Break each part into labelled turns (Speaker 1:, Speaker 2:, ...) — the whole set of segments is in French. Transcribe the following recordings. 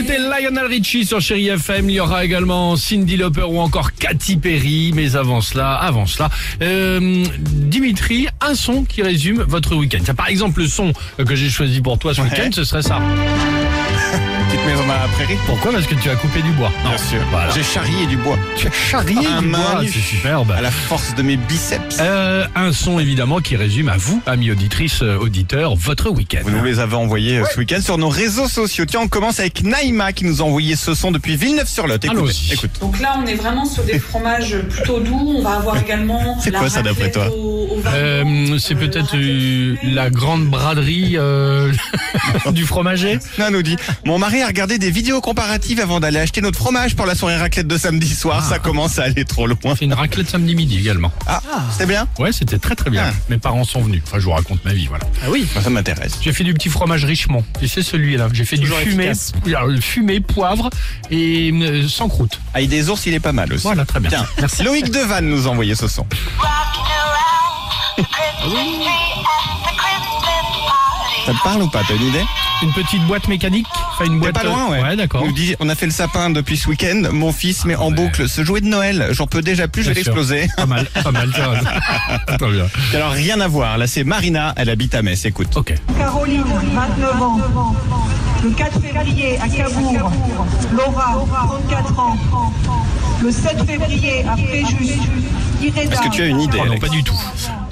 Speaker 1: Lionel Richie sur Chéri FM. Il y aura également Cindy Lauper ou encore Katy Perry. Mais avant cela, avant cela, euh, Dimitri, un son qui résume votre week-end. Tiens, Par exemple, le son que j'ai choisi pour toi ce
Speaker 2: Ouais.
Speaker 1: week-end, ce serait ça.
Speaker 2: Petite maison dans la prairie.
Speaker 1: Pourquoi Parce que tu as coupé du bois. Non.
Speaker 2: Bien sûr.
Speaker 1: Voilà.
Speaker 2: J'ai charrié du bois.
Speaker 1: Tu as charrié
Speaker 2: Un
Speaker 1: du bois.
Speaker 2: manif.
Speaker 1: C'est superbe.
Speaker 2: À la force de mes biceps.
Speaker 1: Euh, un son évidemment qui résume à vous, amis auditrices, euh, auditeurs, votre week-end.
Speaker 2: Vous nous les avez envoyés euh, ce week-end sur nos réseaux sociaux. Tiens, on commence avec Naïma qui nous a envoyé ce son depuis Villeneuve-sur-Lot.
Speaker 1: Allons
Speaker 2: Écoutez,
Speaker 1: aussi.
Speaker 2: écoute.
Speaker 3: Donc là, on est vraiment sur des fromages plutôt doux. On va avoir également.
Speaker 2: C'est
Speaker 3: la
Speaker 2: quoi ça, d'après
Speaker 3: raclette
Speaker 2: toi
Speaker 3: au- au vin blanc,
Speaker 1: Euh, c'est
Speaker 3: euh,
Speaker 1: peut-être
Speaker 3: la raclette
Speaker 1: euh,
Speaker 3: fumée.
Speaker 1: la grande braderie euh, du fromager.
Speaker 2: Là, nous dit Mon mari a regardé des vidéos comparatives avant d'aller acheter notre fromage pour la soirée raclette de samedi soir. Ça commence à aller trop loin.
Speaker 1: C'est une raclette samedi midi également.
Speaker 2: Ah, c'est bien
Speaker 1: Ouais, c'était très très bien.
Speaker 2: Ah.
Speaker 1: Mes parents sont venus. Enfin, je vous raconte ma vie, voilà.
Speaker 2: Ah oui. Ça m'intéresse.
Speaker 1: J'ai fait du petit fromage richement. Tu sais celui-là. J'ai fait
Speaker 2: Toujours
Speaker 1: du fumé,
Speaker 2: efficace.
Speaker 1: alors, le fumé, poivre et euh, sans croûte.
Speaker 2: Aïe des ours, il est pas mal aussi.
Speaker 1: Voilà, très bien.
Speaker 2: Tiens, Loïc Devanne nous a envoyé ce son.
Speaker 4: Walking around the Christmas tree at the Christmas party.
Speaker 2: Ça te parle ou pas T'as une idée
Speaker 1: Une petite boîte mécanique. Enfin, une
Speaker 2: T'es
Speaker 1: boîte.
Speaker 2: pas loin, ouais.
Speaker 1: euh, d'accord.
Speaker 2: On, dit, on a fait le sapin depuis ce week-end. Mon fils met en
Speaker 1: ouais.
Speaker 2: boucle ce jouet de Noël. J'en peux déjà plus, je vais
Speaker 1: Bien sûr.
Speaker 2: l'exploser.
Speaker 1: Pas mal, pas mal. tu as raison. Très bien.
Speaker 2: Alors rien à voir. Là, c'est Marina. Elle habite à Metz. Écoute.
Speaker 1: Ok. Oh,
Speaker 5: Caroline, 29 ans. Le 4 février à Cabourg, Laura, 34 ans. Le 7 février à Fréjus, Ireda.
Speaker 2: Est-ce que tu as une idée
Speaker 1: Oh non,
Speaker 2: Alex
Speaker 1: pas du tout.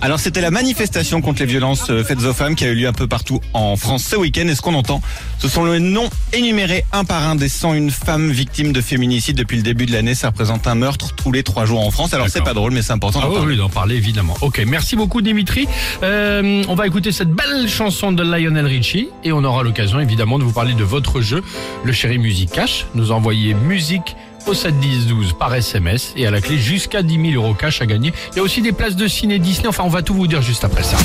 Speaker 2: Alors c'était la manifestation contre les violences euh, faites aux femmes qui a eu lieu un peu partout en France ce week-end. Et ce qu'on entend, ce sont les noms énumérés un par un des 101 femmes victimes de féminicide depuis le début de l'année. Ça représente un meurtre tous les trois jours en France. Alors c'est
Speaker 1: D'accord.
Speaker 2: pas drôle, mais c'est important. d'en
Speaker 1: Ah oui,
Speaker 2: parler.
Speaker 1: oui, d'en parler évidemment. Ok, merci beaucoup Dimitri. Euh, on va écouter cette belle chanson de Lionel Richie et on aura l'occasion évidemment de vous parler de votre jeu, le Chéri Musique Cash. Nous envoyez musique au 7 10 12 par SMS et à la clé jusqu'à 10 000 euros cash à gagner. Il y a aussi des places de ciné Disney. Enfin, on va tout vous dire juste après ça.